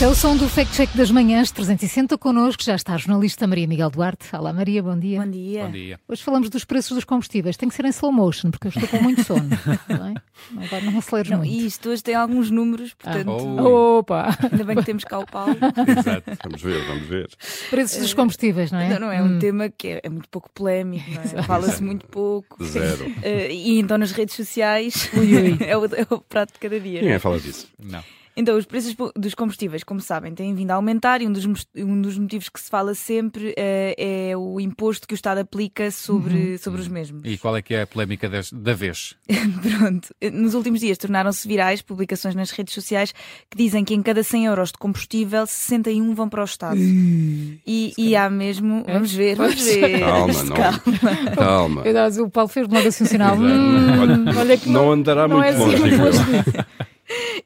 É o som do Fact Check das Manhãs 360 connosco. Já está a jornalista Maria Miguel Duarte. Olá Maria, bom dia. Bom dia. Bom dia. Hoje falamos dos preços dos combustíveis. Tem que ser em slow motion, porque eu estou com muito sono. Está bem? não, vai- não aceleres Não, muito. e isto hoje tem alguns números, portanto, Oh, Opa! ainda bem que temos cá o Paulo. exato. Vamos ver, vamos ver. Preços dos combustíveis, não é? Eh, Não, não é um tema que é, é muito pouco polémico, não é? fala-se muito pouco. Zero. Eh, e então nas redes sociais é, o, é o prato de cada dia. Ninguém fala disso. Não. Então, os preços po- dos combustíveis, como sabem, têm vindo a aumentar e um dos, mos- um dos motivos que se fala sempre eh, é o imposto que o Estado aplica sobre, sobre os mesmos. E qual é que é a polémica des- da vez? Pronto, nos últimos dias tornaram-se virais publicações nas redes sociais que dizem que em cada 100 euros de combustível, 61 vão para o Estado. E, e há mesmo. Vamos ver, vamos ver. É? Calma, não. Calma. Cuidado, o Paulo fez logo assim um sinal. Exato. Hum, Olha- olha que Não andará não é muito longe, assim digo eu. muito longe.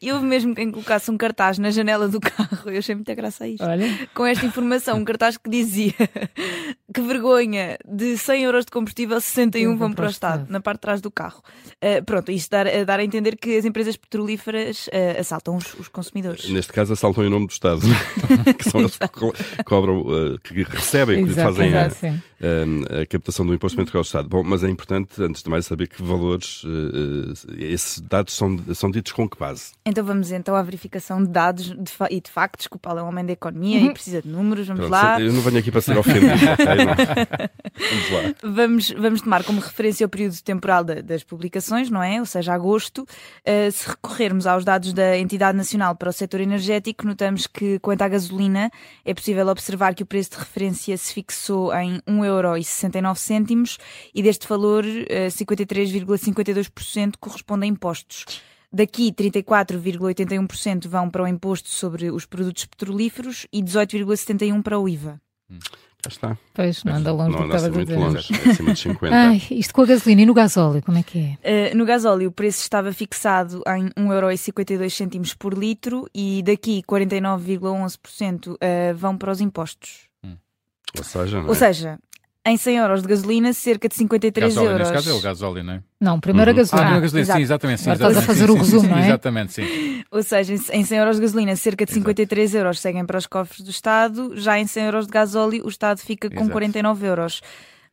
E houve mesmo quem colocasse um cartaz na janela do carro. Eu achei muita graça a Ah. isto. Olha, Com esta informação, um cartaz que dizia que vergonha, de 100 euros de combustível, 61 vão para o Estado, na parte de trás do carro. Ah, pronto, isto dar, a dar a entender que as empresas petrolíferas ah, assaltam os, os consumidores. Neste caso, assaltam em nome do Estado, que são eles que co- cobram, eh, que recebem, que lhe Exato, fazem a, eh, exato, é. sim. a- a captação do imposto entre ao Estado. Bom, mas é importante, antes de mais, saber que valores, eh, eh, esses dados são, são ditos com que base? Então vamos então à verificação de dados de fa- e de factos, que o Paulo é um homem da economia e precisa de números, vamos Uhum. Pronto, lá. Eu não venho aqui para ser ofendido, ok? Não. Vamos lá. Vamos, vamos tomar como referência o período temporal da- das publicações, não é? Ou seja, agosto. Eh, se recorrermos aos dados da Entidade Nacional para o Setor Energético, notamos que, quanto à gasolina, é possível observar que o preço de referência se fixou em 1,69€ e deste valor, eh, 53,52% corresponde a impostos. Daqui, 34,81% vão para o imposto sobre os produtos petrolíferos e 18,71% para o IVA. Cá está. pois não anda longe do Não que andaste estava a muito dizer. longe, é acima de 50. Ai, isto com a gasolina e no gasóleo, como é que é? Uh, no gasóleo o preço estava fixado em 1,52€ por litro e daqui 49,11% uh, vão para os impostos. Ou seja, não é? Ou seja, em 100 euros de gasolina, cerca de 53 gasóleo, euros. neste caso é o gasóleo, não é? Não, primeiro a Ah, não, gasolina. é gasolina, exato. sim, exatamente. Sim, Agora estás a exatamente, fazer o sim, sim, resumo, sim, não é? Exatamente, sim. Ou seja, em em 100 euros de gasolina, cerca de Exato. 53 euros seguem para os cofres do Estado, já em 100 euros de gasóleo, o Estado fica com Exato. 49 euros.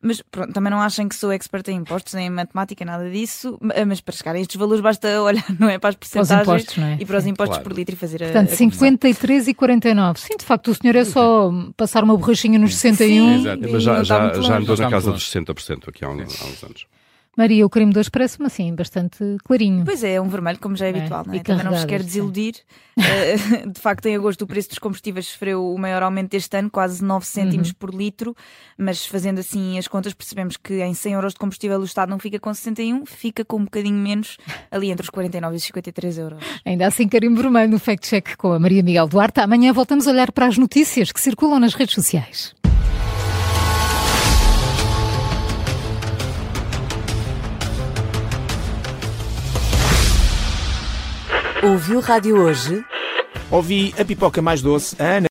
Mas pronto, também não achem que sou expert em impostos, nem em matemática, nada disso. Ma- Mas para chegar a estes valores basta olhar, não é? Para as Para os porcentagens impostos, não é? e para os Sim. impostos Claro. por litro e fazer a- É, Portanto, a 53 e 49. Sim, de facto, o senhor é só passar uma borrachinha nos 61. Sim, exato. Mas já, Não está já, muito já longe. Não andou está na muito casa longe. dos 60% aqui há, um- há uns anos. Maria, o crime de hoje parece-me assim, bastante clarinho. Pois é, é um vermelho, como já é Não é? habitual, não é? E Também não vos carregado, quero sim. desiludir. Eh, de facto, em agosto, o preço dos combustíveis sofreu o maior aumento deste ano, quase 9 cêntimos por litro. Mas fazendo assim as contas, percebemos que em 100 euros de combustível o Estado não fica com 61, fica com um bocadinho menos, ali entre os 49 e os 53 euros. Ainda assim, carimbo vermelho no Fact Check com a Maria Miguel Duarte. Amanhã voltamos a olhar para as notícias que circulam nas redes sociais. Ouviu rádio hoje? Ouvi a pipoca mais doce, a Ana.